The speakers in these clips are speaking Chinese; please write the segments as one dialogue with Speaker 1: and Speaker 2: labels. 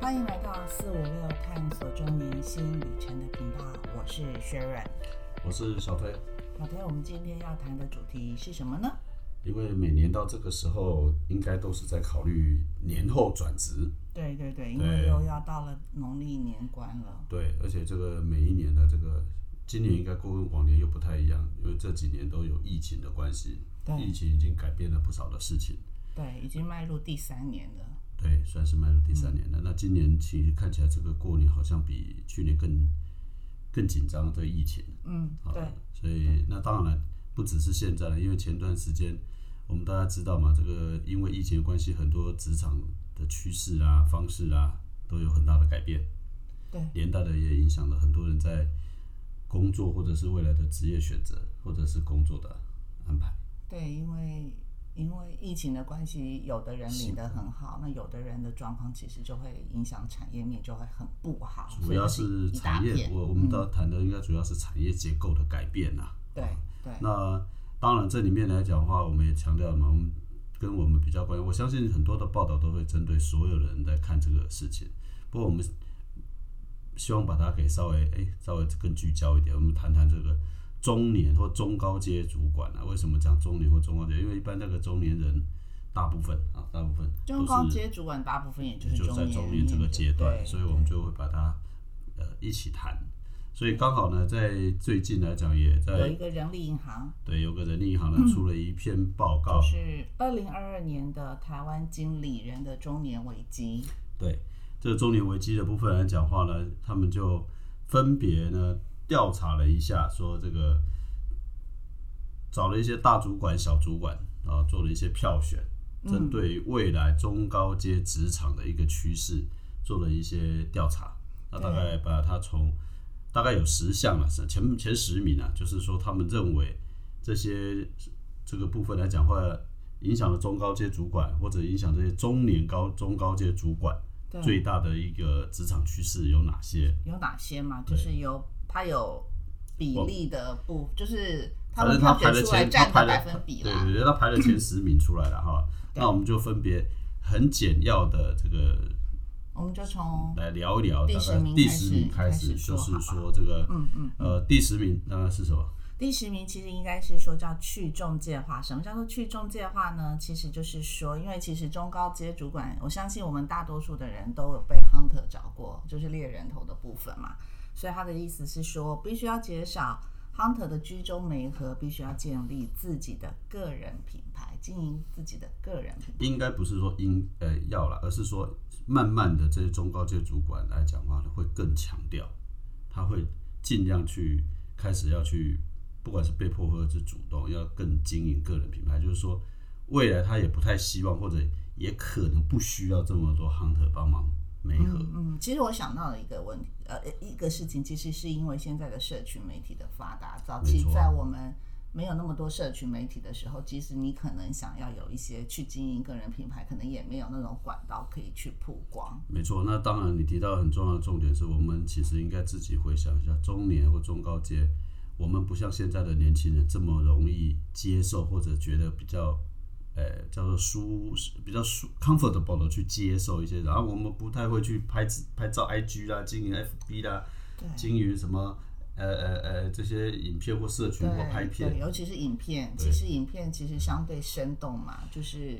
Speaker 1: 欢迎来到四五六探索中年新旅程的频道，我是薛软。
Speaker 2: 我是小飞。
Speaker 1: 小朋友，我们今天要谈的主题是什么呢？
Speaker 2: 因为每年到这个时候，应该都是在考虑年后转职，
Speaker 1: 对对对，因为
Speaker 2: 对
Speaker 1: 又要到了农历年关了，
Speaker 2: 对，而且这个每一年的这个，今年应该跟往年又不太一样，因为这几年都有疫情的关系，疫
Speaker 1: 对
Speaker 2: 情已经改变了不少的事情，
Speaker 1: 对，已经迈入第三年了。
Speaker 2: 对，算是迈入第三年了。那今年其实看起来这个过年好像比去年更更紧张，对疫情。
Speaker 1: 嗯，
Speaker 2: 好
Speaker 1: 对，，
Speaker 2: 啊所以那当然不只是现在了，因为前段时间我们大家知道嘛，这个因为疫情的关系，很多职场的趋势啊、方式啊都有很大的改变，
Speaker 1: 对，
Speaker 2: 连带的也影响了很多人在工作或者是未来的职业选择，或者是工作的安排。
Speaker 1: 对，因为因为疫情的关系，有的人领得很好，那有的人的状况其实就会影响产业面，就会很不好。
Speaker 2: 主
Speaker 1: 所以
Speaker 2: 要
Speaker 1: 就是一大
Speaker 2: 产业，
Speaker 1: 片嗯
Speaker 2: 我我们到谈的应该主要是产业结构的改变啊。
Speaker 1: 对对
Speaker 2: 那当然，这里面来讲的话，我们也强调了嘛，我们跟我们比较关系，我相信很多的报道都会针对所有人在看这个事情。不过我们希望把它给稍微哎稍微更聚焦一点，我们谈谈这个中年或中高阶主管啊，为什么讲中年或中高阶？因为一般那个中年人大部分啊，大部分都
Speaker 1: 中
Speaker 2: 是
Speaker 1: 高阶主管大部分也就是
Speaker 2: 就在中年这个阶段，
Speaker 1: 对
Speaker 2: 所以我们就会把它呃一起谈。所以刚好呢，在最近来讲，也在
Speaker 1: 有一个人力银行，
Speaker 2: 对，有个人力银行呢出了一篇报告，
Speaker 1: 嗯就是二零二二年的台湾经理人的中年危机。
Speaker 2: 对这个中年危机的部分来讲话呢，他们就分别呢调查了一下，说这个找了一些大主管、小主管啊，做了一些票选，
Speaker 1: 嗯
Speaker 2: 针对未来中高阶职场的一个趋势做了一些调查，那大概把它从大概有十项了，是前前十名啊，就是说他们认为这些这个部分来讲话，影响了中高阶主管或者影响这些中年高中高阶主管
Speaker 1: 对，
Speaker 2: 最大的一个职场趋势有哪些？
Speaker 1: 有哪些嘛？就是有它有比例的部，就是他
Speaker 2: 反
Speaker 1: 们
Speaker 2: 正他
Speaker 1: 票
Speaker 2: 排
Speaker 1: 选
Speaker 2: 了
Speaker 1: 出来
Speaker 2: 前，他
Speaker 1: 占
Speaker 2: 排
Speaker 1: 的
Speaker 2: 了
Speaker 1: 百分比
Speaker 2: 对
Speaker 1: 啦。
Speaker 2: 对对，他排了前十名出来了哈。那我们就分别很简要的这个
Speaker 1: 我们就从
Speaker 2: 来聊一聊，
Speaker 1: 第
Speaker 2: 大
Speaker 1: 十
Speaker 2: 概
Speaker 1: 名
Speaker 2: 第
Speaker 1: 开
Speaker 2: 十
Speaker 1: 始
Speaker 2: 名开
Speaker 1: 开
Speaker 2: 始，
Speaker 1: 始
Speaker 2: 就
Speaker 1: 说
Speaker 2: 是
Speaker 1: 好吧
Speaker 2: 说这个
Speaker 1: 嗯嗯
Speaker 2: 呃第十名那是什么？
Speaker 1: 第十名其实应该是说叫去中介化。什么叫做去中介化呢？其实就是说，因为其实中高阶主管，我相信我们大多数的人都有被 hunter 找过，就是猎人头的部分嘛。所以他的意思是说，必须要减少 hunter 的居中媒合，必须要建立自己的个人品牌，经营自己的个人品牌。
Speaker 2: 应该不是说应呃要了，而是说慢慢的这些中高阶主管来讲的话，会更强调，他会尽量去开始要去，不管是被迫或者是主动，要更经营个人品牌，就是说未来他也不太希望或者也可能不需要这么多 hunter 帮忙媒合，
Speaker 1: 嗯，其实我想到了一个问题，呃，一个事情，其实是因为现在的社群媒体的发达，早
Speaker 2: 没
Speaker 1: 期
Speaker 2: 错
Speaker 1: 在我们没有那么多社群媒体的时候，即使你可能想要有一些去经营个人品牌，可能也没有那种管道可以去曝光。
Speaker 2: 没错，那当然，你提到很重要的重点是我们其实应该自己回想一下，中年或中高阶，我们不像现在的年轻人这么容易接受或者觉得比较，呃，叫做舒比较舒 comfortable 的去接受一些，然后我们不太会去拍自拍照 IG 啦，经营 FB 啦，
Speaker 1: 对
Speaker 2: 经营什么呃呃呃这些影片或社群或拍片
Speaker 1: 对，，尤其是影片，
Speaker 2: 对
Speaker 1: 其实影片其实相对生动嘛，就是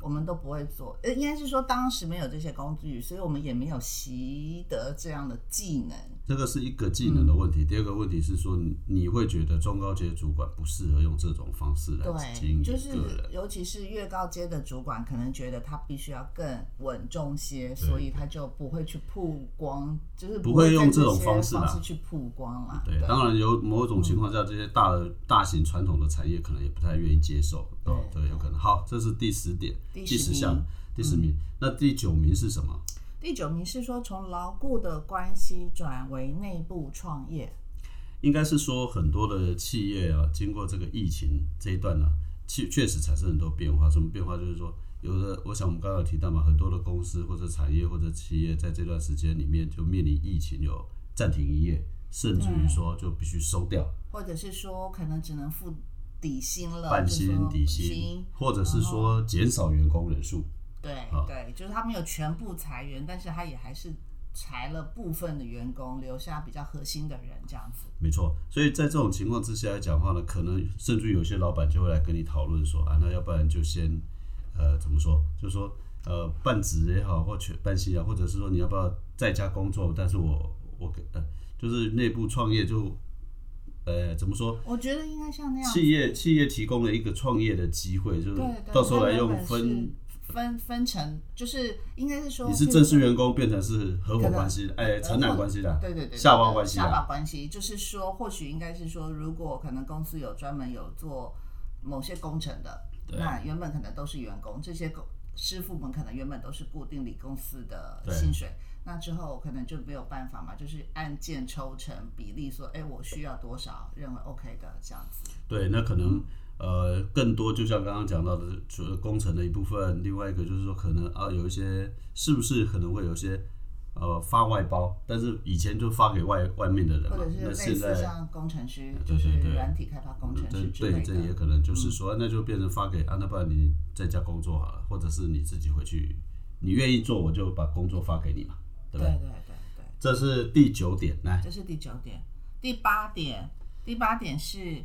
Speaker 1: 我们都不会做，呃，应该是说当时没有这些工具，所以我们也没有习得这样的技能。
Speaker 2: 这个是一个技能的问
Speaker 1: 嗯
Speaker 2: 题，第二个问题是说，你你会觉得中高阶主管不适合用这种方式来经
Speaker 1: 对，
Speaker 2: 营
Speaker 1: 就
Speaker 2: 个
Speaker 1: 是
Speaker 2: 人。
Speaker 1: 尤其是越高阶的主管，可能觉得他必须要更稳重些，所以他就不会去曝光，就是
Speaker 2: 不
Speaker 1: 会
Speaker 2: 会用
Speaker 1: 在这
Speaker 2: 这种
Speaker 1: 些
Speaker 2: 方
Speaker 1: 方
Speaker 2: 式啦
Speaker 1: 去曝光啦。
Speaker 2: 对，当然有某种情况下，这些大的大型传统的产业可能也不太愿意接受，
Speaker 1: 对
Speaker 2: 哦，这个有可能。好，这是第十点，
Speaker 1: 嗯第
Speaker 2: 第
Speaker 1: 十
Speaker 2: 十
Speaker 1: 名嗯
Speaker 2: 项，第十名。那第九名是什么？
Speaker 1: 第九名是说从牢固的关系转为内部创业，
Speaker 2: 应该是说很多的企业啊，经过这个疫情这一段呢、确确实产生很多变化。什么变化？就是说，有的我想我们刚刚有提到嘛，很多的公司或者产业或者企业在这段时间里面就面临疫情，有暂停营业，甚至于说就必须收掉
Speaker 1: 或者是说可能只能付底薪了，
Speaker 2: 半
Speaker 1: 嗯就说嗯
Speaker 2: 薪、底薪，或者是说减少员工人数。
Speaker 1: 对
Speaker 2: 好
Speaker 1: 对，就是他没有全部裁员，但是他也还是裁了部分的员工，留下比较核心的人这样子。
Speaker 2: 没错，所以在这种情况之下来讲话呢，可能甚至有些老板就会来跟你讨论说啊，那要不然就先呃怎么说，就说呃半职也好，或全半薪也好，或者是说你要不要在家工作，但是我我给呃就是内部创业就呃怎么说，
Speaker 1: 我觉得应该像那样，
Speaker 2: 企业企业提供了一个创业的机会，就是
Speaker 1: 对对，
Speaker 2: 嗯到时候
Speaker 1: 他
Speaker 2: 来
Speaker 1: 原
Speaker 2: 用
Speaker 1: 本
Speaker 2: 分
Speaker 1: 是。分分成，就是应该是说
Speaker 2: 你是
Speaker 1: 譬如
Speaker 2: 正
Speaker 1: 说
Speaker 2: 式员工变成是合伙
Speaker 1: 可能
Speaker 2: 关系的，哎，
Speaker 1: 呃
Speaker 2: 承揽
Speaker 1: 或
Speaker 2: 关系的，
Speaker 1: 对对对，
Speaker 2: 下包
Speaker 1: 对
Speaker 2: 关系
Speaker 1: 下
Speaker 2: 啊
Speaker 1: 包关系就是说，或许应该是说，如果可能公司有专门有做某些工程的，
Speaker 2: 对
Speaker 1: 那原本可能都是员工，这些工师傅们可能原本都是固定领公司的
Speaker 2: 对
Speaker 1: 薪水。那之后可能就没有办法嘛，就是按件抽成比例说，哎，我需要多少，认为 OK 的这样子。
Speaker 2: 对，那可能呃更多，就像刚刚讲到的，除了工程的一部分，另外一个就是说可能啊有一些是不是可能会有一些呃发外包，但是以前就发给外外面的人
Speaker 1: 或
Speaker 2: 嘛
Speaker 1: 者，是
Speaker 2: 那
Speaker 1: 类
Speaker 2: 现
Speaker 1: 似
Speaker 2: 在。
Speaker 1: 像工程师，
Speaker 2: 对
Speaker 1: 就
Speaker 2: 对
Speaker 1: 是
Speaker 2: 对
Speaker 1: 软体开发工程师
Speaker 2: 嗯
Speaker 1: 之
Speaker 2: 这
Speaker 1: 类
Speaker 2: 对，
Speaker 1: 的嗯
Speaker 2: 这。也可能就是说，那就变成发给啊，那不然你在家工作好了，或者是你自己回去，你愿意做，我就把工作发给你嘛，对
Speaker 1: 对
Speaker 2: 不对？
Speaker 1: 对对对。
Speaker 2: 这是第九点，来，
Speaker 1: 这是第九点，第八点，第八点是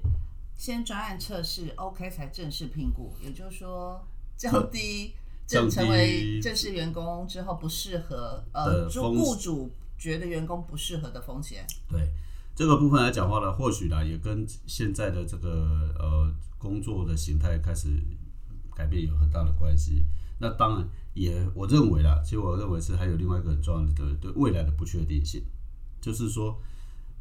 Speaker 1: 先专案测试 OK 才正式聘雇，也就是说降低
Speaker 2: 降
Speaker 1: 正
Speaker 2: 低
Speaker 1: 成为正式员工之后不适合呃
Speaker 2: 的
Speaker 1: 主
Speaker 2: 风
Speaker 1: 雇主觉得员工不适合的风险。
Speaker 2: 对这个部分来讲话呢，或许呢也跟现在的这个呃工作的形态开始改变有很大的关系。那当然也我认为啦，其实我认为是还有另外一个很重要的对对未来的不确定性，就是说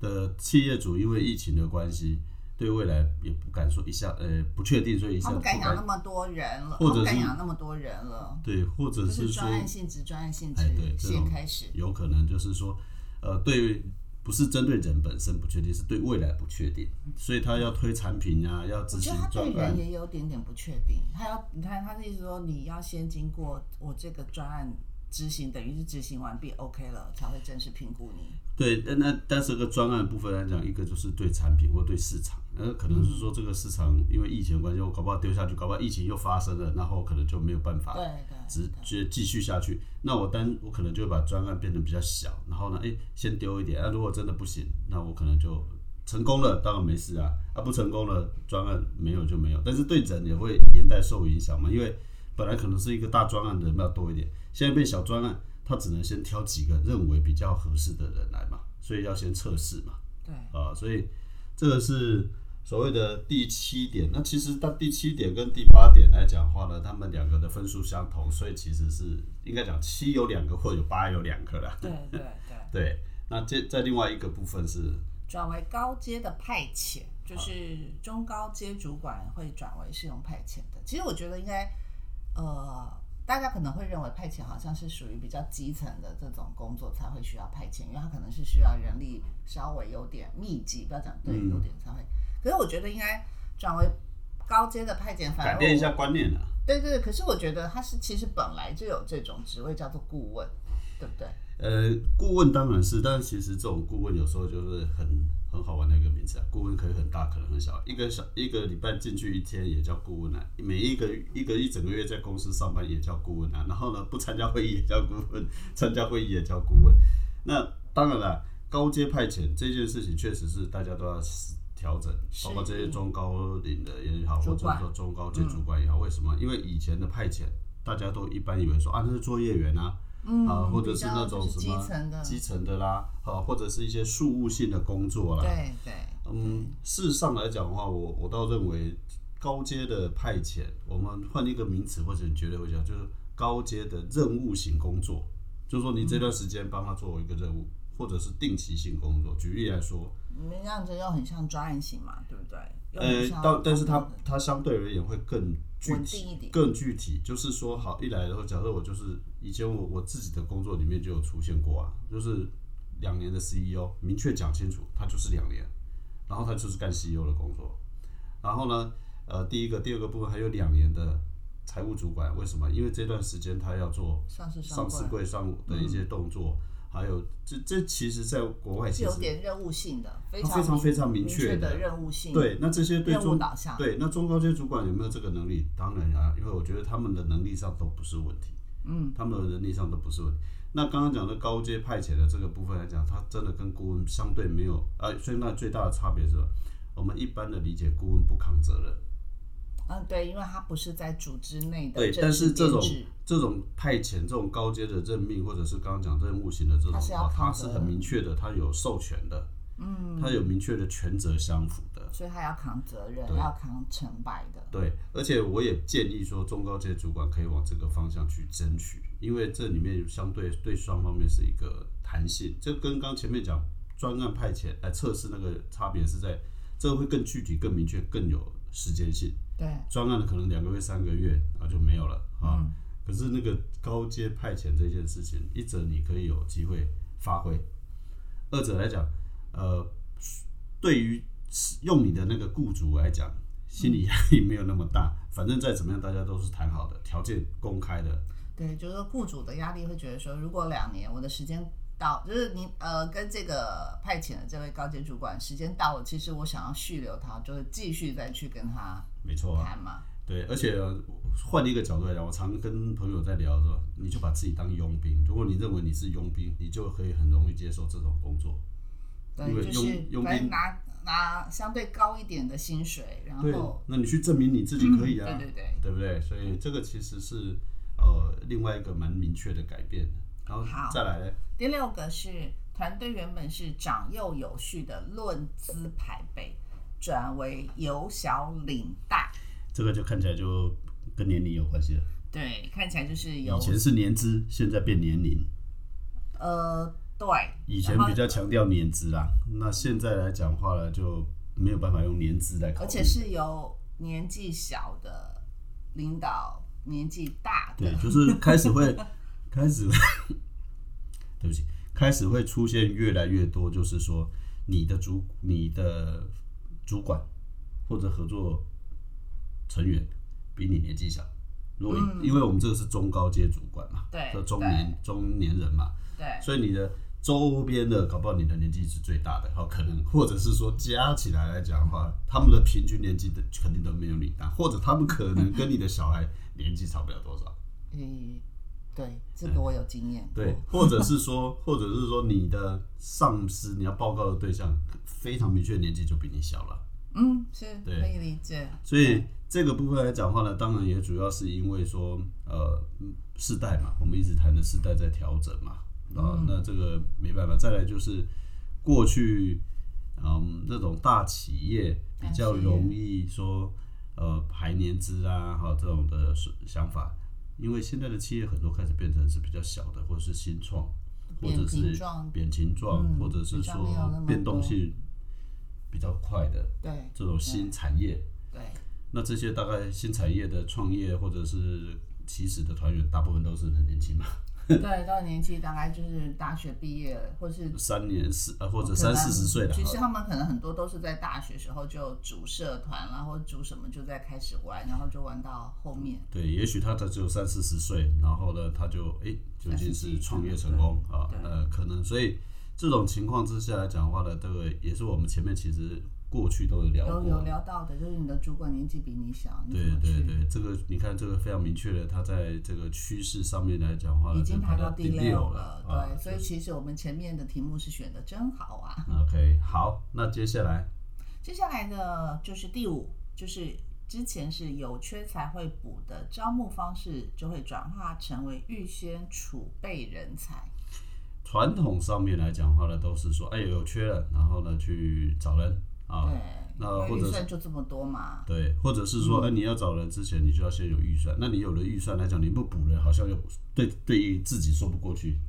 Speaker 2: 的企业主因为疫情的关系，对未来也不敢说一下呃不确定，所以一
Speaker 1: 他
Speaker 2: 下
Speaker 1: 不
Speaker 2: 不
Speaker 1: 敢养那
Speaker 2: 敢
Speaker 1: 么多人了，他
Speaker 2: 或者
Speaker 1: 不敢
Speaker 2: 是
Speaker 1: 养那么多人了，
Speaker 2: 对，或者
Speaker 1: 就是是
Speaker 2: 说
Speaker 1: 专案性质，专案性质
Speaker 2: 哎对这
Speaker 1: 先
Speaker 2: 种
Speaker 1: 开始。
Speaker 2: 有可能就是说，呃，对，不是针对人本身不确定，是对未来不确定，所以他要推产品啊，要
Speaker 1: 我
Speaker 2: 执
Speaker 1: 觉
Speaker 2: 行
Speaker 1: 得他对
Speaker 2: 专案
Speaker 1: 人，也有点点不确定，他要你看他的意思说，你要先经过我这个专案执行，等于是执行完毕 OK 了，才会正式评估你。
Speaker 2: 对，但那但是个专案部分来讲，一个就是对产品或对市场，呃，可能是说这个市场因为疫情的关系，我搞不好丢下去，搞不好疫情又发生了，然后可能就没有办法
Speaker 1: 对对
Speaker 2: 直
Speaker 1: 对，
Speaker 2: 接继续下去，那我单我可能就会把专案变得比较小，然后呢，哎，先丢一点，啊，如果真的不行，那我可能就成功了，当然没事啊，啊，不成功了，专案没有就没有，但是对人也会连带受影响嘛，因为本来可能是一个大专案，人要多一点，现在变小专案，他只能先挑几个认为比较合适的人来嘛，所以要先测试嘛，
Speaker 1: 对
Speaker 2: 啊，所以这个是所谓的第七点。那其实到第七点跟第八点来讲话呢，他们两个的分数相同，所以其实是应该讲七有两个或者八有两个啦。
Speaker 1: 对对对，
Speaker 2: 对，那这在另外一个部分是
Speaker 1: 转为高阶的派遣，就是中高阶主管会转为是用派遣的。其实我觉得应该，呃，大家可能会认为派遣好像是属于比较基层的这种工作才会需要派遣，因为它可能是需要人力稍微有点密集，不要讲对，
Speaker 2: 嗯
Speaker 1: 有点才会。可是我觉得应该转为高阶的派遣，反而
Speaker 2: 改
Speaker 1: 我
Speaker 2: 变一下观念啊。
Speaker 1: 对对对，可是我觉得他是其实本来就有这种职位叫做顾问，对不对？
Speaker 2: 呃，顾问当然是，但是其实这种顾问有时候就是很很好玩的一个名字啊。顾问可以很大，可能很小，一个小一个礼拜进去一天也叫顾问啊，每一个一个一整个月在公司上班也叫顾问啊，然后呢不参加会议也叫顾问， 参加会议也叫顾问。那当然了，高阶派遣这件事情确实是大家都要调整，
Speaker 1: 是
Speaker 2: 包括这些中高领的也好，或
Speaker 1: 主
Speaker 2: 者
Speaker 1: 管嗯
Speaker 2: 说中高阶主管也好，为什么？因为以前的派遣大家都一般以为说啊那是作业员啊。
Speaker 1: 嗯
Speaker 2: 啊，或者
Speaker 1: 比
Speaker 2: 是
Speaker 1: 较
Speaker 2: 那
Speaker 1: 就
Speaker 2: 种
Speaker 1: 是
Speaker 2: 什
Speaker 1: 基层
Speaker 2: 么
Speaker 1: 的，
Speaker 2: 基层的啦，啊，或者是一些事务性的工作啦。
Speaker 1: 对对，
Speaker 2: 嗯，事实上来讲的话，我我倒认为高阶的派遣，我们换一个名词，或者你觉得会讲，就是高阶的任务型工作，就是说你这段时间帮他做一个任务，或者是定期性工作。举例来说，
Speaker 1: 你们这样子又很像专案型嘛，对不对？又很
Speaker 2: 呃，
Speaker 1: 像
Speaker 2: 但但是它它相对而言会更具
Speaker 1: 稳定一
Speaker 2: 体
Speaker 1: 点，
Speaker 2: 更具体，就是说，好，一来的时候，假设我就是以前我我自己的工作里面就有出现过啊，就是两年的 CEO，明确讲清楚，他就是两年，然后他就是干 CEO 的工作，然后呢，呃，第一个、第二个部分还有两年的财务主管，为什么？因为这段时间他要做
Speaker 1: 上市
Speaker 2: 上市
Speaker 1: 柜
Speaker 2: 柜上的
Speaker 1: 嗯
Speaker 2: 一些动作，还有这这其实在国外
Speaker 1: 是
Speaker 2: 其
Speaker 1: 有
Speaker 2: 实
Speaker 1: 点任务性的，非
Speaker 2: 它
Speaker 1: 常
Speaker 2: 非常非常明
Speaker 1: 明
Speaker 2: 确
Speaker 1: 的
Speaker 2: 的
Speaker 1: 任务性，，
Speaker 2: 对，那这些对
Speaker 1: 任务
Speaker 2: 中
Speaker 1: 导向，
Speaker 2: 啊对，那中高阶主管有没有这个能力？当然啊，因为我觉得他们的能力上都不是问题。嗯，他们的能力上都不是问题。那刚刚讲的高阶派遣的这个部分来讲，它真的跟顾问相对没有，呃，所以那最大的差别是吧，我们一般的理解顾问不扛责任，
Speaker 1: 嗯，对，因为它不是在组织内的
Speaker 2: 对，
Speaker 1: 正
Speaker 2: 但
Speaker 1: 式
Speaker 2: 是这
Speaker 1: 编
Speaker 2: 种
Speaker 1: 制
Speaker 2: 这种派遣、这种高阶的任命，或者是刚刚讲任务型的这种
Speaker 1: 它是要
Speaker 2: 话，它
Speaker 1: 扛责
Speaker 2: 是
Speaker 1: 任
Speaker 2: 很明确的，它有授权的，嗯，它有明确的权责相符的。
Speaker 1: 所以他要扛责任，
Speaker 2: 对
Speaker 1: 要扛成败的。
Speaker 2: 对，而且我也建议说，中高阶主管可以往这个方向去争取，因为这里面相对对双方面是一个弹性。这跟刚前面讲专案派遣来测试那个差别是在，这会更具体、更明确、更有时间性。
Speaker 1: 对，
Speaker 2: 专案的可能两个月、三个月，然后就没有了
Speaker 1: 嗯
Speaker 2: 啊。可是那个高阶派遣这件事情，一者你可以有机会发挥，二者来讲，呃，对于用你的那个雇主来讲，心理压力没有那么大。反正再怎么样，大家都是谈好的，条件公开的，
Speaker 1: 对，就是说雇主的压力会觉得说，如果两年我的时间到，就是你呃跟这个派遣的这位高级主管时间到了，其实我想要续留他，就是继续再去跟他
Speaker 2: 没错啊。
Speaker 1: 谈嘛。
Speaker 2: 对，而且呃换一个角度来讲，我常跟朋友在聊说，你就把自己当佣兵。如果你认为你是佣兵，你就可以很容易接受这种工作。因为
Speaker 1: 对，就
Speaker 2: 佣
Speaker 1: 是
Speaker 2: 佣
Speaker 1: 反正
Speaker 2: 兵
Speaker 1: 拿拿相对高一点的薪水，然
Speaker 2: 对
Speaker 1: 后，嗯
Speaker 2: 那你去证明你自己可以啊，
Speaker 1: 对对对，
Speaker 2: 对不对？所以这个其实是呃另外一个蛮明确的改变的。然后
Speaker 1: 好
Speaker 2: 再来呢，
Speaker 1: 第六个是团队原本是长幼有序的论资排辈，转为由小领大。
Speaker 2: 这个就看起来就跟年龄有关系了。
Speaker 1: 对，看起来就是有
Speaker 2: 以前是年资，现在变年龄。
Speaker 1: 呃，对，
Speaker 2: 以前
Speaker 1: 然后
Speaker 2: 比较强调年资啦，那现在来讲话呢，就没有办法用年资来考虑。
Speaker 1: 而且是由年纪小的领导年纪大
Speaker 2: 对
Speaker 1: 的，，
Speaker 2: 就是开始会 开始会，对不起，开始会出现越来越多，就是说你的主你的主管或者合作成员比你年纪小。如果、因为我们这个是中高阶主管嘛，
Speaker 1: 嗯对
Speaker 2: 这中年中年人嘛，
Speaker 1: 对
Speaker 2: 所以你的周边的搞不好你的年纪是最大的，好可能，或者是说加起来来讲的话，他们的平均年纪的肯定都没有你大，或者他们可能跟你的小孩年纪差不了多少。
Speaker 1: 嗯，对，这个我有经验过。
Speaker 2: 对，或者是说， 或者是说你的上司你要报告的对象非常明确年纪就比你小了，
Speaker 1: 嗯，是
Speaker 2: 对
Speaker 1: 可以理解。
Speaker 2: 所
Speaker 1: 嗯
Speaker 2: 以这个部分来讲的话呢，当然也主要是因为说呃嗯世代嘛，我们一直谈的世代在调整嘛，啊、
Speaker 1: 嗯
Speaker 2: 那这个没办法。再来就是过去嗯那种大企业比
Speaker 1: 大
Speaker 2: 较
Speaker 1: 企业
Speaker 2: 容易说呃排年资啊，还有这种的想法。因为现在的企业很多开始变成是比较小的，或者是新创，或者
Speaker 1: 扁平
Speaker 2: 是
Speaker 1: 状
Speaker 2: 扁形状，
Speaker 1: 嗯
Speaker 2: 或者是
Speaker 1: 比较没有那
Speaker 2: 说
Speaker 1: 么
Speaker 2: 变动
Speaker 1: 多
Speaker 2: 性比较快的
Speaker 1: 对
Speaker 2: 这种新产业。
Speaker 1: 对，
Speaker 2: 那这些大概新产业的创业或者是起始的团员，大部分都是很年轻嘛，
Speaker 1: 对，到年纪大概就是大学毕业了，或是
Speaker 2: 三年四呃或
Speaker 1: 可
Speaker 2: 者
Speaker 1: 能
Speaker 2: 三四十岁了。
Speaker 1: 其实他们可能很多都是在大学时候就组社团啦，或者组什么就在开始玩，然后就玩到后面。
Speaker 2: 对，也许他才只有三四十岁，然后呢，他就诶就已经是创业成功啊，呃，可能所以这种情况之下来讲的话呢，这个也是我们前面其实过去都有聊
Speaker 1: 有
Speaker 2: 过
Speaker 1: 有，聊到的，就是你的主管年纪比你小，你
Speaker 2: 对
Speaker 1: 怎么
Speaker 2: 对
Speaker 1: 去？
Speaker 2: 对，这个你看这个非常明确的，它在这个趋势上面来讲的话呢，
Speaker 1: 已经
Speaker 2: 啊就
Speaker 1: 排
Speaker 2: 排
Speaker 1: 到
Speaker 2: 第
Speaker 1: 六
Speaker 2: 了，
Speaker 1: 对，
Speaker 2: 啊
Speaker 1: 所以其实我们前面的题目是选的真好啊。
Speaker 2: OK 好，那接下来
Speaker 1: 接下来的就是第五，就是之前是有缺才会补的招募方式，就会转化成为预先储备人才。
Speaker 2: 传统上面来讲的话呢，都是说哎有缺了，然后呢去找人啊，
Speaker 1: 对，
Speaker 2: 那
Speaker 1: 因
Speaker 2: 或
Speaker 1: 为预
Speaker 2: 者是
Speaker 1: 算嗯就这么多嘛。
Speaker 2: 对，或者是说，哎、你要找人之前，你就要先有预算。那你有了预算来讲，你不补人，好像又对对于自己说不过去。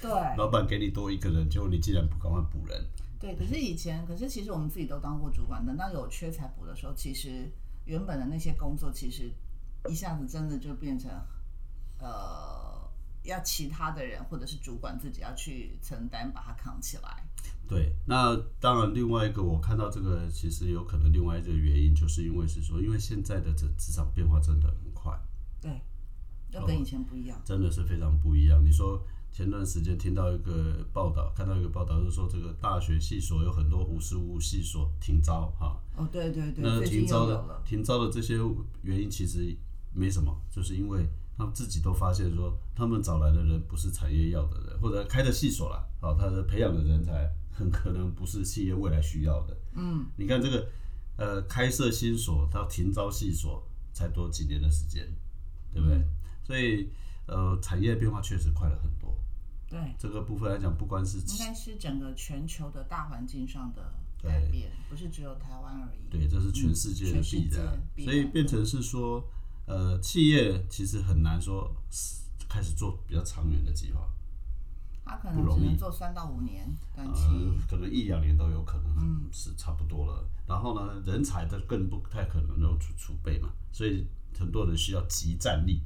Speaker 1: 对
Speaker 2: 老板给你多一个人，结果你竟然不赶快补人，
Speaker 1: 对，可是以前，可是其实我们自己都当过主管，等到有缺才补的时候，其实原本的那些工作，其实一下子真的就变成，呃，要其他的人或者是主管自己要去承担，把它扛起来。
Speaker 2: 对，那当然，另外一个我看到这个，其实有可能另外一个原因，就是因为是说，因为现在的这职场变化真的很快，
Speaker 1: 对，要
Speaker 2: 哦
Speaker 1: 跟以前不一样。
Speaker 2: 真的是非常不一样。你说前段时间听到一个报道，看到一个报道，就是说这个大学系所有很多无实无系所停招哈，
Speaker 1: 哦，对对对，
Speaker 2: 那
Speaker 1: 最
Speaker 2: 停
Speaker 1: 近又
Speaker 2: 招
Speaker 1: 有
Speaker 2: 的
Speaker 1: 了。
Speaker 2: 停招的这些原因其实没什么，就是因为他们自己都发现说，他们找来的人不是产业要的人，或者开的系所啦，啊，他的培养的人才很可能不是企业未来需要的。嗯，你看这个，呃，开设新所到停招系所才多几年的时间，对不对？
Speaker 1: 嗯
Speaker 2: 所以，呃，产业变化确实快了很多。
Speaker 1: 对，
Speaker 2: 这个部分来讲，不光是
Speaker 1: 应该是整个全球的大环境上的改变，不是只有台湾而已。
Speaker 2: 对，这是全世界的
Speaker 1: 嗯全世
Speaker 2: 必
Speaker 1: 界
Speaker 2: 然，
Speaker 1: 必
Speaker 2: 所以
Speaker 1: 然
Speaker 2: 变
Speaker 1: 的
Speaker 2: 成是说，呃，企业其实很难说开始做比较长远的计划，
Speaker 1: 他可
Speaker 2: 不
Speaker 1: 能
Speaker 2: 容
Speaker 1: 只
Speaker 2: 易
Speaker 1: 能做三到五年短期。嗯
Speaker 2: 呃，可能一两年都有可能，是差不多了。然后呢，人才的更不太可能有储储备嘛，所以很多人需要集战力，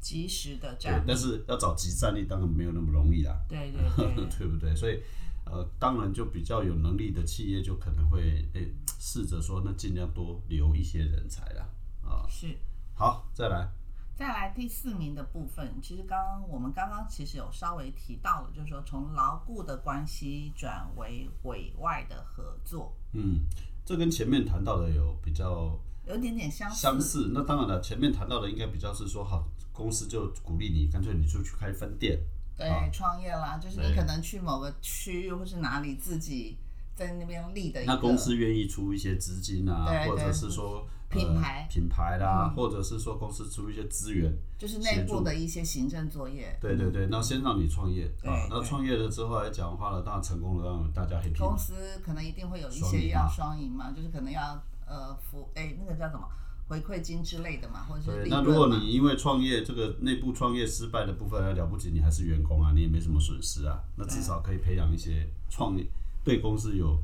Speaker 1: 及时的
Speaker 2: 对
Speaker 1: 战，，
Speaker 2: 但是要找集战力当然没有那么容易啦，
Speaker 1: 对对对，
Speaker 2: 对不对？所以，呃，当然就比较有能力的企业就可能会诶试着说，那尽量多留一些人才啦。啊
Speaker 1: 是。
Speaker 2: 好，再来，
Speaker 1: 再来第四名的部分，其实刚刚我们刚刚其实有稍微提到了，就是说从牢固的关系转为委外的合作，
Speaker 2: 嗯，这跟前面谈到的有比较
Speaker 1: 有点点相似。
Speaker 2: 相似。那当然了，前面谈到的应该比较是说，好，公司就鼓励你，干脆你就去开分店。
Speaker 1: 对，创业啦，就是你
Speaker 2: 啊对
Speaker 1: 可能去某个区域或是哪里自己在那边立的一个
Speaker 2: 那公司愿意出一些资金啊，
Speaker 1: 对
Speaker 2: 或者
Speaker 1: 对
Speaker 2: 是说、呃
Speaker 1: 品牌嗯
Speaker 2: 品牌啦，或者是说公司出一些资源。
Speaker 1: 就是内部的一些行政作业，
Speaker 2: 对对对，那先让你创业
Speaker 1: 嗯对
Speaker 2: 啊，那
Speaker 1: 对
Speaker 2: 创业了之后来讲的话呢，当然成功了，让大家 happy 嘛
Speaker 1: 公司可能一定会有一
Speaker 2: 双
Speaker 1: 些
Speaker 2: 赢嘛
Speaker 1: 要双赢嘛，就是可能要呃服哎那个叫什么回馈金之类的嘛，或者是
Speaker 2: 对，
Speaker 1: 利
Speaker 2: 那如果
Speaker 1: 润嘛。
Speaker 2: 你因为创业这个内部创业失败的部分还了不起，你还是员工啊，你也没什么损失啊。那至少可以培养一些创业对公司有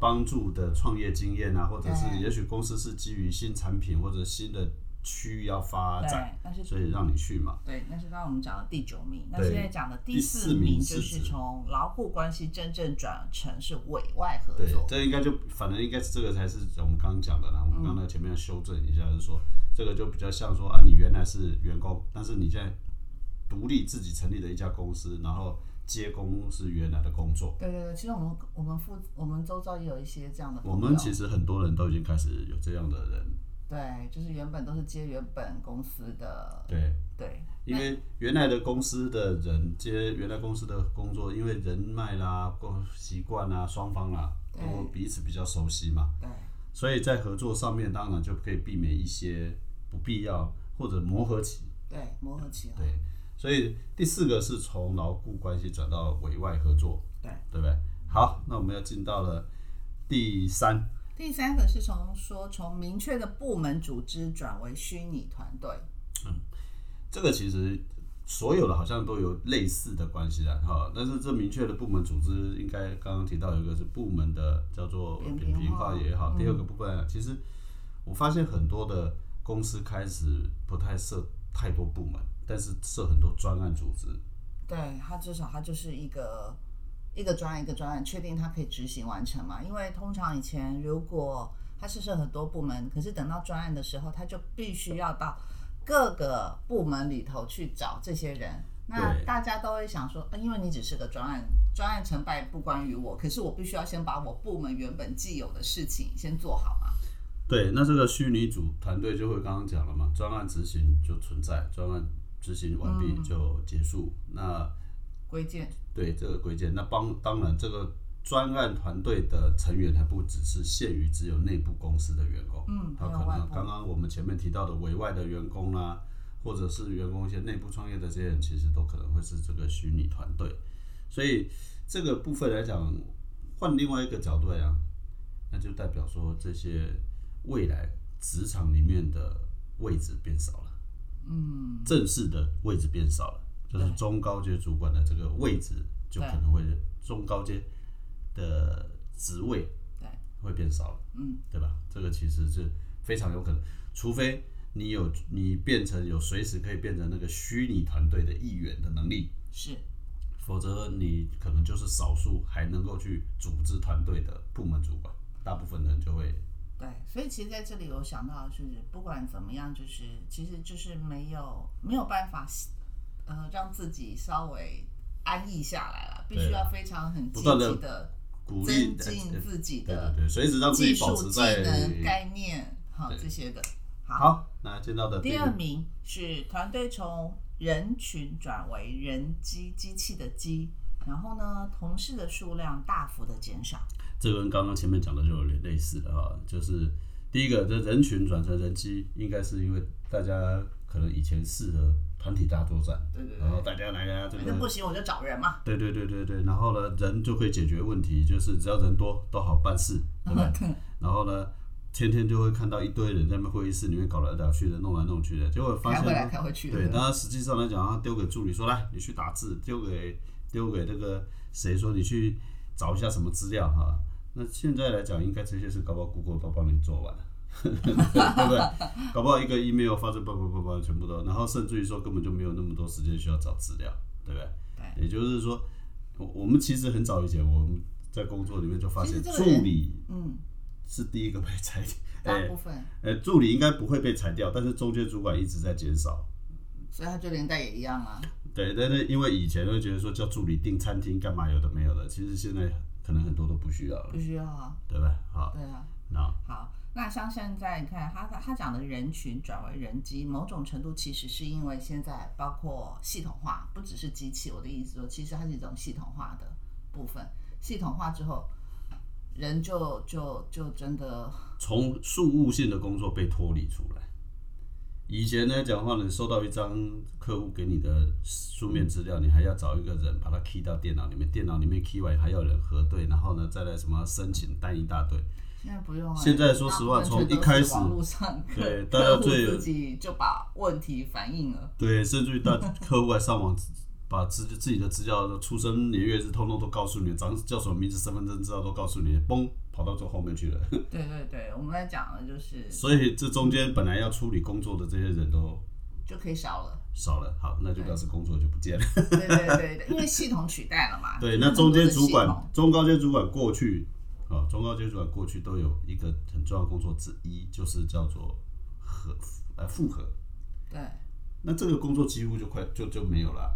Speaker 2: 帮助的创业经验啊，或者是
Speaker 1: 对
Speaker 2: 也许公司是基于新产品或者新的区域要发展，
Speaker 1: 对，但是
Speaker 2: 所以让你去嘛。
Speaker 1: 对，那是刚刚我们讲的第九名，那
Speaker 2: 对
Speaker 1: 现在讲的第
Speaker 2: 第
Speaker 1: 四
Speaker 2: 四
Speaker 1: 名
Speaker 2: 名
Speaker 1: 就是是
Speaker 2: 指
Speaker 1: 从牢固关系真正转成是委外合
Speaker 2: 对
Speaker 1: 作，，
Speaker 2: 这应该就反正应该是这个才是我们刚刚讲的啦。我们刚才前面要修正一下，就是说这个就比较像说啊，你原来是员工，但是你现在独立自己成立了一家公司，然后接公司原来的工作。
Speaker 1: 对对对，其实我们我们附我们周遭也有一些这样的朋
Speaker 2: 我
Speaker 1: 友，
Speaker 2: 们其实很多人都已经开始有这样的人，
Speaker 1: 对，就是原本都是接原本公司的，
Speaker 2: 对，
Speaker 1: 对
Speaker 2: 因为原来的公司的人接原来公司的工作，因为人脉啦、工习惯啦、双方啦
Speaker 1: 对
Speaker 2: 都彼此比较熟悉嘛，
Speaker 1: 对
Speaker 2: 所以在合作上面当然就可以避免一些不必要或者磨合期。
Speaker 1: 对磨合期了，
Speaker 2: 对，所以第四个是从牢固关系转到委外合作，
Speaker 1: 对
Speaker 2: 对不对？好，那我们要进到了第三，
Speaker 1: 第三个是从说从明确的部门组织转为虚拟团队，
Speaker 2: 这个其实所有的好像都有类似的关系啦，哈。但是这明确的部门组织，应该刚刚提到有一个是部门的叫做
Speaker 1: 扁
Speaker 2: 扁
Speaker 1: 平
Speaker 2: 平
Speaker 1: 化
Speaker 2: 化也好，
Speaker 1: 嗯
Speaker 2: 第二个部分啊其实我发现很多的公司开始不太设太多部门，但是设很多专案组织。
Speaker 1: 对它至少它就是一个一个专案一个专案，确定它可以执行完成嘛。因为通常以前如果它是设很多部门，可是等到专案的时候，它就必须要到各个部门里头去找这些人。那
Speaker 2: 对
Speaker 1: 大家都会想说，呃因为你只是个专案，专案成败不关于我，可是我必须要先把我部门原本既有的事情先做好嘛。
Speaker 2: 对，那这个虚拟组团队就会刚刚讲了嘛，专案执行就存在，专案执行完毕就结束。那
Speaker 1: 归建
Speaker 2: 对这个归建，那帮当然这个专案团队的成员还不只是限于只有内部公司的员工，
Speaker 1: 嗯
Speaker 2: 他
Speaker 1: 还有
Speaker 2: 啊可
Speaker 1: 外
Speaker 2: 能
Speaker 1: 部
Speaker 2: 刚刚我们前面提到的委外的员工啦、或者是员工一些内部创业的这些人，其实都可能会是这个虚拟团队。所以这个部分来讲，换另外一个角度来讲，那就代表说这些未来职场里面的位置变少了，嗯，正式的位置变少了，就是
Speaker 1: 对
Speaker 2: 中高阶主管的这个位置就可能会中高阶的职位
Speaker 1: 对
Speaker 2: 会变少了，
Speaker 1: 嗯，
Speaker 2: 对吧？这个其实是非常有可能，除非你有你变成有随时可以变成那个虚拟团队的一员的能力，
Speaker 1: 是
Speaker 2: 否则你可能就是少数还能够去组织团队的部门主管，大部分人就会
Speaker 1: 对，所以其实在这里我想到的是，不管怎么样，就是其实就是没有没有办法，呃，让自己稍微安逸下来了，必须
Speaker 2: 对
Speaker 1: 要非常很积
Speaker 2: 不断地
Speaker 1: 极的
Speaker 2: 鼓励
Speaker 1: 增进自己
Speaker 2: 对对
Speaker 1: 的
Speaker 2: 对，随时让自
Speaker 1: 技
Speaker 2: 己保
Speaker 1: 术、
Speaker 2: 持
Speaker 1: 技
Speaker 2: 在
Speaker 1: 能、概念，好
Speaker 2: 对
Speaker 1: 这些的。好，
Speaker 2: 好，那见到的
Speaker 1: 第二名是团队从人群转为人机机器的机，然后呢，同事的数量大幅的减少。
Speaker 2: 这个跟刚刚前面讲的就有点类似的哈，就是第一个，这人群转成人机，应该是因为大家可能以前适合团体大作战，
Speaker 1: 对对
Speaker 2: 然后大家来啊，这
Speaker 1: 反正
Speaker 2: 个
Speaker 1: 不行我就找人嘛。
Speaker 2: 对对对对对，然后呢，人就可以解决问题，就是只要人多都好办事，
Speaker 1: 嗯
Speaker 2: 对不对？然后呢，天天就会看到一堆人在那边会议室里面搞来搞去的，弄来弄去的，结果发
Speaker 1: 开
Speaker 2: 现
Speaker 1: 回来开回去
Speaker 2: 对，
Speaker 1: 的，
Speaker 2: 但他实际上来讲，他丢给助理说：“来，你去打字。”丢给丢给那个谁说：“你去找一下什么资料哈。”那现在来讲，应该这些事搞不好 Google 都帮你做完了， 对不对？搞不好一个 email 发出叭叭叭叭，全部都，然后甚至于说根本就没有那么多时间需要找资料，对不对？
Speaker 1: 对
Speaker 2: 也就是说，我我们其实很早以前我们在工作里面就发现，
Speaker 1: 其实这
Speaker 2: 助
Speaker 1: 个人
Speaker 2: 理
Speaker 1: 嗯，
Speaker 2: 是第一个被裁，
Speaker 1: 大
Speaker 2: 哎
Speaker 1: 部分，
Speaker 2: 呃，助理应该不会被裁掉，但是中间主管一直在减少。
Speaker 1: 所以他就连带也一样啊。
Speaker 2: 对，但是因为以前会觉得说叫助理订餐厅干嘛有的没有的，其实现在可能很多都不需要了，
Speaker 1: 不需要啊，
Speaker 2: 对吧？好，
Speaker 1: 对啊。
Speaker 2: 那
Speaker 1: 好，那像现在你看，他他讲的人群转为人机，某种程度其实是因为现在包括系统化，不只是机器。我的意思说，其实它是一种系统化的部分。系统化之后，人就就就真的
Speaker 2: 从事务性的工作被脱离出来。以前呢，讲话你收到一张客户给你的书面资料，你还要找一个人把它 key 到电脑里面，电脑里面 key 完还要人核对，然后呢再来什么申请单一大堆。
Speaker 1: 现在不用、了。
Speaker 2: 现在说实话
Speaker 1: 大部分
Speaker 2: 从一
Speaker 1: 全都是
Speaker 2: 开始
Speaker 1: 网络上客
Speaker 2: 对大家
Speaker 1: 客户
Speaker 2: 最有
Speaker 1: 自己就把问题反映了。
Speaker 2: 对，甚至于到客户还上网把自自己的资料、出生年月日通通都告诉你，长叫什么名字、身份证资料都告诉你，嘣跑到最后面去了。
Speaker 1: 对对对，我们在讲的就是
Speaker 2: 所以这中间本来要处理工作的这些人都
Speaker 1: 就可以少了。
Speaker 2: 少了，好，那就表示工作就 不见了。
Speaker 1: 对对对对，因为系统取代了嘛。就
Speaker 2: 对，
Speaker 1: 是
Speaker 2: 那
Speaker 1: 很
Speaker 2: 中
Speaker 1: 多的
Speaker 2: 间主
Speaker 1: 系统
Speaker 2: 管、中高阶主管过去啊、中高阶主管过去都有一个很重要的工作之一，就是叫做和呃复合。
Speaker 1: 对
Speaker 2: 那这个工作几乎就快就就没有了啊，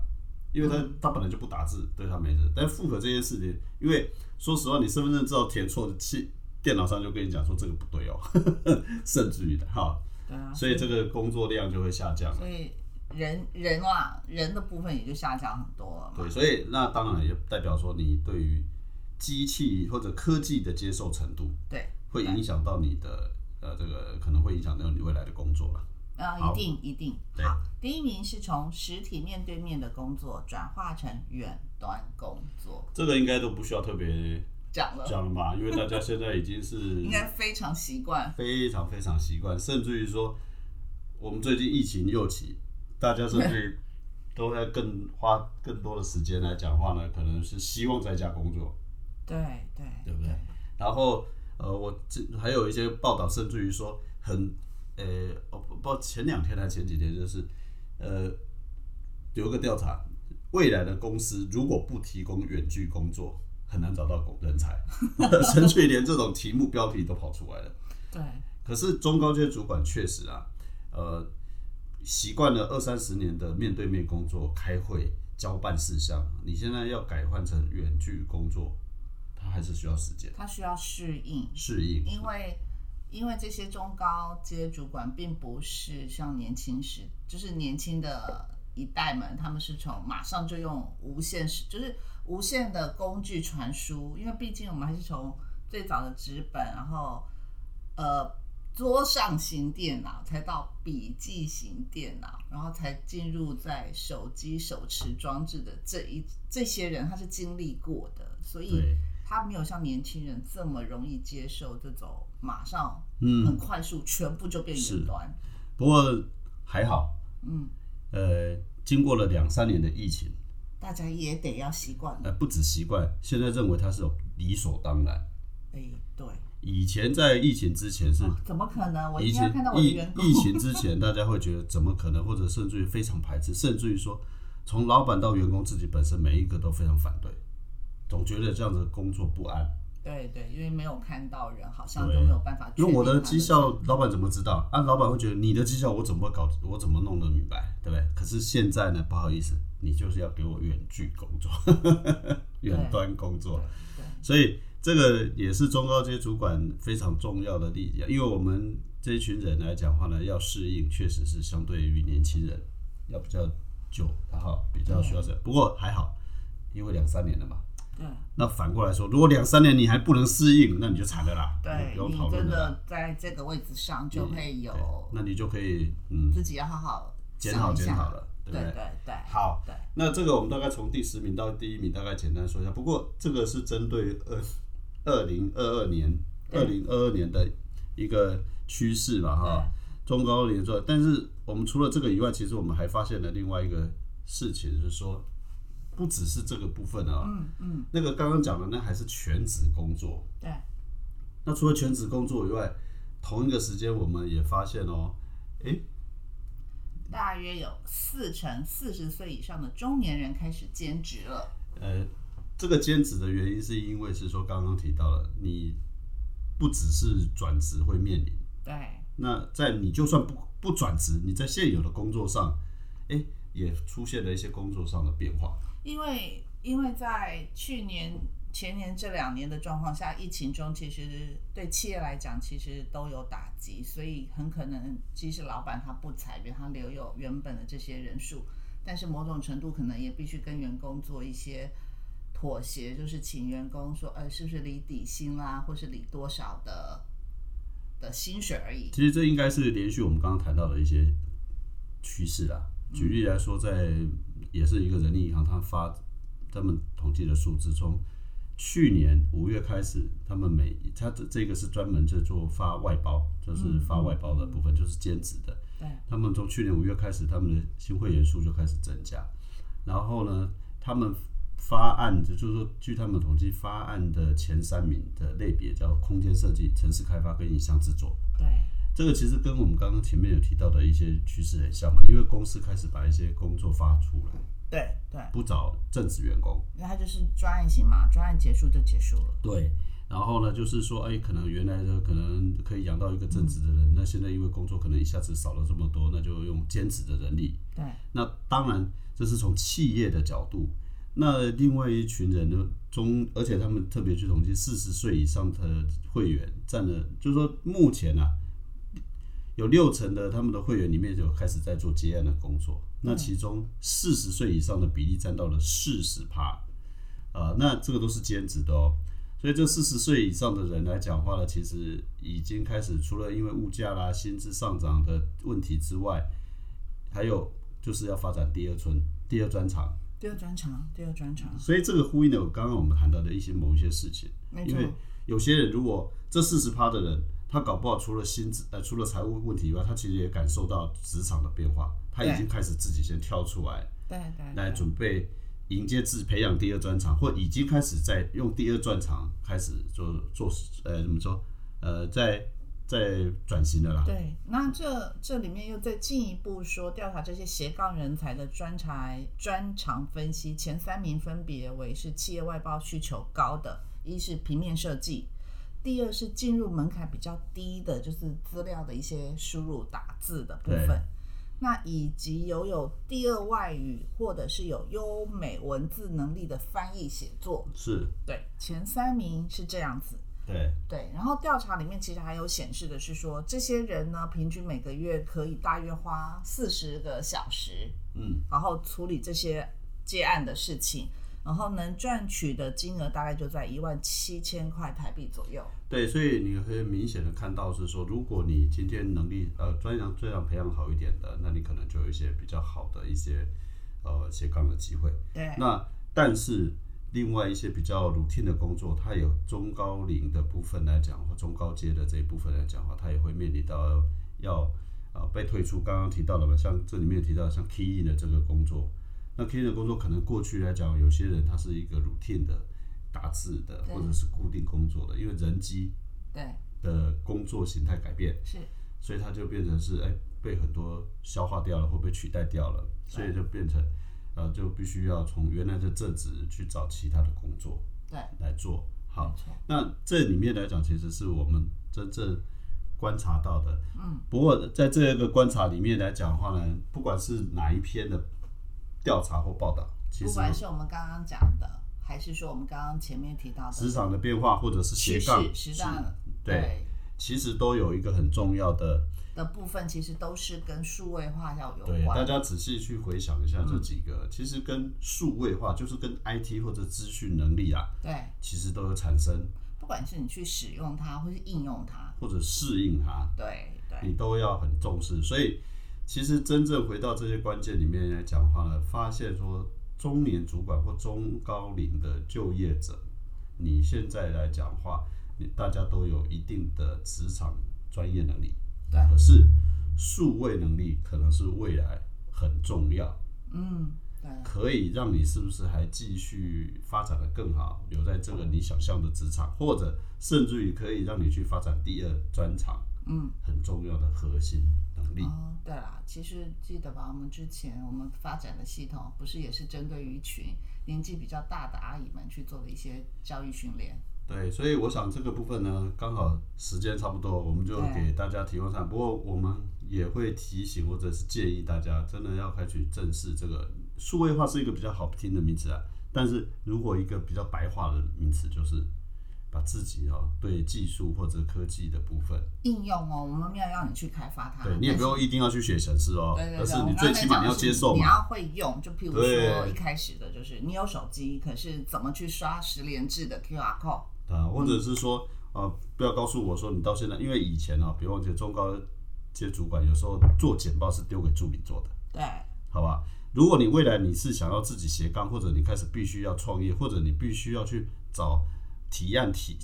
Speaker 2: 因为他、
Speaker 1: 嗯
Speaker 2: 他本来就不打字，对他没事。但复合这件事情，因为说实话，你身份证资料填错，其电脑上就跟你讲说这个不对哦， 甚至于的哈，
Speaker 1: 对啊。
Speaker 2: 所以这个工作量就会下降了。
Speaker 1: 所以人人啊，人的部分也就下降很多了嘛。
Speaker 2: 对，所以那当然也代表说你对于机器或者科技的接受程度，
Speaker 1: 对，
Speaker 2: 会影响到你的呃这个可能会影响到你未来的工作了。
Speaker 1: 呃，
Speaker 2: 好
Speaker 1: 一定一定。
Speaker 2: 对
Speaker 1: 好，第一名是从实体面对面的工作转化成远端工作，
Speaker 2: 这个应该都不需要特别
Speaker 1: 讲了，
Speaker 2: 讲了吧，因为大家现在已经 是
Speaker 1: 应该非常习惯。
Speaker 2: 非常非常习惯，甚至于说，我们最近疫情又起，大家甚 至都在更花更多的时间来讲话呢，可能是希望在家工作，
Speaker 1: 对对
Speaker 2: 对不对？然后呃，我这还有一些报道，甚至于说很呃，我不不知道前两天还前几天，就是呃，有一个调查，未来的公司如果不提供远距工作，很难找到工人才， 甚至于连这种题目标题都跑出来了。
Speaker 1: 对
Speaker 2: 可是中高阶主管确实啊，呃，习惯了二三十年的面对面工作、开会、交办事项，你现在要改换成远距工作，他还是需要时间
Speaker 1: 他需要适应，
Speaker 2: 适应。
Speaker 1: 因为因为这些中高阶主管并不是像年轻时，就是年轻的一代们，他们是从马上就用无线时，就是无线的工具传输，因为毕竟我们还是从最早的纸本，然后呃桌上型电脑，才到笔记型电脑，然后才进入在手机手持装置的这一这些人，他是经历过的，所以。
Speaker 2: 对，
Speaker 1: 他没有像年轻人这么容易接受这种马上
Speaker 2: 嗯，
Speaker 1: 很快速全部就变云端。
Speaker 2: 不过还好，
Speaker 1: 嗯，
Speaker 2: 呃，经过了两三年的疫情，
Speaker 1: 大家也得要习惯了。
Speaker 2: 呃，不止习惯，现在认为它是有理所当然。
Speaker 1: 哎，对，
Speaker 2: 以前在疫情之前嗯是
Speaker 1: 哦怎么可能？我一
Speaker 2: 疫
Speaker 1: 定
Speaker 2: 情
Speaker 1: 要看到我的
Speaker 2: 疫
Speaker 1: 员工。
Speaker 2: 疫情之前，大家会觉得怎么可能，或者甚至于非常排斥，甚至于说，从老板到员工自己本身，每一个都非常反对，总觉得这样子工作不安。
Speaker 1: 对对，因为没有看到人，好像
Speaker 2: 对
Speaker 1: 就没有办法确定他。
Speaker 2: 因为我的绩效，老板怎么知道？啊，老板会觉得你的绩效我怎么搞，我怎么弄得明白，对不对？可是现在呢，不好意思， 你就是要给我远距工作，远端工
Speaker 1: 对
Speaker 2: 作，
Speaker 1: 对
Speaker 2: 所以这个也是中高阶主管非常重要的例子，因为我们这一群人来讲话呢，要适应，确实是相对于年轻人要比较久，然后比较需要
Speaker 1: 嗯
Speaker 2: 这。不过还好，因为两三年了嘛。
Speaker 1: 对
Speaker 2: 那反过来说，如果两三年你还不能适应，那你就惨了啦，
Speaker 1: 对，
Speaker 2: 不用讨
Speaker 1: 你
Speaker 2: 论
Speaker 1: 真
Speaker 2: 了啦。
Speaker 1: 的在这个位置上就会有
Speaker 2: 那你就可以嗯
Speaker 1: 自己要好好
Speaker 2: 检
Speaker 1: 想
Speaker 2: 讨
Speaker 1: 一下
Speaker 2: 检讨了，对
Speaker 1: 对
Speaker 2: 不对？
Speaker 1: 对对，
Speaker 2: 好，
Speaker 1: 对
Speaker 2: 那这个我们大概从第十名到第一名，大概简单说一下。不过这个是针对二二零二二年、二零二二年的一个趋势吧，哈，中高龄做。但是我们除了这个以外，其实我们还发现了另外一个事情，就是说，不只是这个部分啊，嗯嗯，那个刚刚讲的那还是全职工作。
Speaker 1: 对，
Speaker 2: 那除了全职工作以外，同一个时间我们也发现哦，诶，
Speaker 1: 大约有四成四十岁以上的中年人开始兼职了。
Speaker 2: 呃，这个兼职的原因是因为是说刚刚提到了，你不只是转职会面临，
Speaker 1: 对
Speaker 2: 那在你就算不不转职，你在现有的工作上，哎，也出现了一些工作上的变化。
Speaker 1: 因为因为在去年、前年这两年的状况下，疫情中其实对企业来讲其实都有打击，所以很可能即使老板他不裁员，他留有原本的这些人数，但是某种程度可能也必须跟员工做一些妥协，就是请员工说，呃，是不是离底薪啦，或是离多少的的薪水而已。
Speaker 2: 其实这应该是连续我们刚刚谈到的一些趋势啦。举例来说，在也是一个人力银行，他发他们统计的数字从去年五月开始，他们每他这这个是专门在做发外包，就是发外包的部分，就是兼职的。
Speaker 1: 对
Speaker 2: 他们从去年五月开始，他们的新会员数就开始增加。然后呢，他们发案就是说，据他们统计，发案的前三名的类别叫空间设计、城市开发跟影像制作。
Speaker 1: 对
Speaker 2: 这个其实跟我们刚刚前面有提到的一些趋势很像嘛，因为公司开始把一些工作发出来，
Speaker 1: 对对，
Speaker 2: 不找正职员工。
Speaker 1: 因为他就是专案型嘛，专案结束就结束了。
Speaker 2: 对，然后呢，就是说，哎，可能原来的可能可以养到一个正职的人，那现在因为工作可能一下子少了这么多，那就用兼职的人力。
Speaker 1: 对
Speaker 2: 那当然，这是从企业的角度。那另外一群人呢，中，而且他们特别去统计四十岁以上的会员占了，就是说目前啊，有六成的他们的会员里面就开始在做接案的工作。那其中四十岁以上的比例占到了四十趴，啊、那这个都是兼职的哦。所以这四十岁以上的人来讲话呢，其实已经开始除了因为物价啦、薪资上涨的问题之外，还有就是要发展第二村、第二专场。
Speaker 1: 第二专场，第二专场。
Speaker 2: 所以这个呼应了我刚刚我们谈到的一些某一些事情，
Speaker 1: 没
Speaker 2: 因
Speaker 1: 错，
Speaker 2: 为有些人如果这四十趴的人，他搞不好除了薪资呃除了财务问题以外，他其实也感受到职场的变化，他已经开始自己先跳出来，
Speaker 1: 对对
Speaker 2: 来
Speaker 1: 对
Speaker 2: 准备迎接自培养第二专场，或已经开始在用第二专场开始做做呃怎么说呃在在转型的啦。
Speaker 1: 对。那这这里面又再进一步说，调查这些斜杠人才的专才专长分析，前三名分别为是企业外包需求高的，一是平面设计。第二是进入门槛比较低的，就是资料的一些输入打字的部
Speaker 2: 对
Speaker 1: 分，那以及拥有第二外语或者是有优美文字能力的翻译写作。
Speaker 2: 是，
Speaker 1: 对，前三名是这样子。
Speaker 2: 对，
Speaker 1: 对，然后调查里面其实还有显示的是说，这些人呢，平均每个月可以大约花四十个小时，
Speaker 2: 嗯，
Speaker 1: 然后处理这些接案的事情，然后能赚取的金额大概就在一万七千块台币左右。
Speaker 2: 对，所以你可以明显的看到是说，如果你今天能力呃专长专长培养好一点的，那你可能就有一些比较好的一些呃斜杠的机会。
Speaker 1: 对
Speaker 2: 那但是另外一些比较 routine 的工作，它有中高龄的部分来讲，或中高阶的这一部分来讲的话，它也会面临到要呃被退出。刚刚提到了嘛，像这里面提到像 key in 的这个工作，那 key in 的工作可能过去来讲，有些人他是一个 routine 的打字的，
Speaker 1: 对
Speaker 2: 或者是固定工作的，因为人机
Speaker 1: 对，
Speaker 2: 的工作形态改变，
Speaker 1: 是，
Speaker 2: 所以它就变成是哎、被很多消化掉了，会被取代掉了，所以就变成呃就必须要从原来的正职去找其他的工作
Speaker 1: 对，
Speaker 2: 来做。好
Speaker 1: 没，错，
Speaker 2: 那这里面来讲，其实是我们真正观察到的。嗯，不过在这个观察里面来讲的话呢，不管是哪一篇的调查或报道，其
Speaker 1: 不
Speaker 2: 实
Speaker 1: 管是我们刚刚讲的，还还是说我们刚刚前面提到的
Speaker 2: 职场的变化或者是斜
Speaker 1: 趋
Speaker 2: 杠
Speaker 1: 势、时尚
Speaker 2: 是对，其实都有一个很重要的
Speaker 1: 的部分，其实都是跟数位化要有
Speaker 2: 对，大
Speaker 1: 关。
Speaker 2: 家仔细去回想一下这几个，其实跟数位化就是跟 IT 或者资讯能力啊，
Speaker 1: 对，
Speaker 2: 其实都有产生
Speaker 1: 不管是你去使用它，或是应用它，
Speaker 2: 或者适应它，
Speaker 1: 对对，
Speaker 2: 你都要很重视。所以其实真正回到这些关键里面来讲的话呢，发现说中年主管或中高龄的就业者，你现在来讲的话，你大家都有一定的职场专业能力，
Speaker 1: 对
Speaker 2: 可是数位能力可能是未来很重要。
Speaker 1: 嗯，对，
Speaker 2: 可以让你是不是还继续发展的更好，留在这个你想象的职场，或者甚至于可以让你去发展第二专长，
Speaker 1: 嗯，
Speaker 2: 很重要的核心能力。
Speaker 1: 哦，对啦，其实记得吧，我们之前我们发展的系统不是也是针对于一群年纪比较大的阿姨们去做的一些教育训练。
Speaker 2: 对，所以我想这个部分呢，刚好时间差不多，我们就
Speaker 1: 对
Speaker 2: 给大家提供上。不过我们也会提醒或者是建议大家，真的要开始正视这个数位化是一个比较好听的名词啊。但是如果一个比较白话的名词，就是把自己哦对技术或者科技的部分。
Speaker 1: 应用哦，我们没有要你去开发它，
Speaker 2: 对你也
Speaker 1: 但
Speaker 2: 不
Speaker 1: 是
Speaker 2: 用一定要去写程式哦，
Speaker 1: 对对对，
Speaker 2: 但是
Speaker 1: 我
Speaker 2: 你
Speaker 1: 刚
Speaker 2: 最
Speaker 1: 才
Speaker 2: 起码
Speaker 1: 讲
Speaker 2: 你
Speaker 1: 的
Speaker 2: 要
Speaker 1: 是
Speaker 2: 接受
Speaker 1: 你
Speaker 2: 嘛。
Speaker 1: 要会用。就譬如说
Speaker 2: 对
Speaker 1: 一开始的就是你有手机，可是怎么去刷十连制的 QR code？
Speaker 2: 啊，或者是说，呃，不要告诉我说你到现在，因为以前啊，别忘记中高阶主管有时候做简报是丢给助理做的，
Speaker 1: 对
Speaker 2: 好吧？如果你未来你是想要自己斜杠，或者你开始必须要创业，或者你必须要去找提案提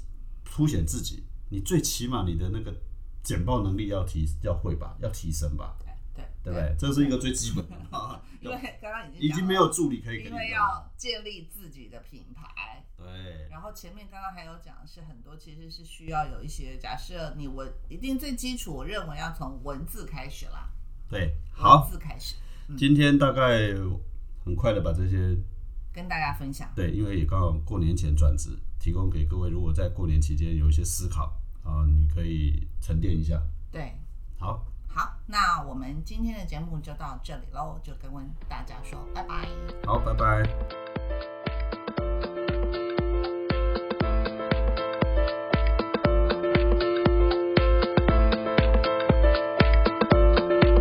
Speaker 2: 凸显自己，你最起码你的那个简报能力要提要会吧，要提升吧，
Speaker 1: 对对
Speaker 2: 对不对？这是一个最基本的啊，
Speaker 1: 因为刚刚已经
Speaker 2: 已经没
Speaker 1: 讲
Speaker 2: 有
Speaker 1: 了，
Speaker 2: 助理可以给
Speaker 1: 因
Speaker 2: 你
Speaker 1: 为
Speaker 2: 的了，
Speaker 1: 要建立自己的品牌。
Speaker 2: 对。
Speaker 1: 然后前面刚刚还有讲的是很多其实是需要有一些假设你文一定最基础，我认为要从文字开始啦，
Speaker 2: 对，好，
Speaker 1: 文字开始
Speaker 2: 今天大概很快的把这些
Speaker 1: 跟大家分享。
Speaker 2: 对，因为也刚好过年前转职，提供给各位，如果在过年期间有一些思考啊，你可以沉淀一下。
Speaker 1: 对，
Speaker 2: 好，
Speaker 1: 好，那我们今天的节目就到这里喽，就跟大家说拜拜。
Speaker 2: 好，拜拜。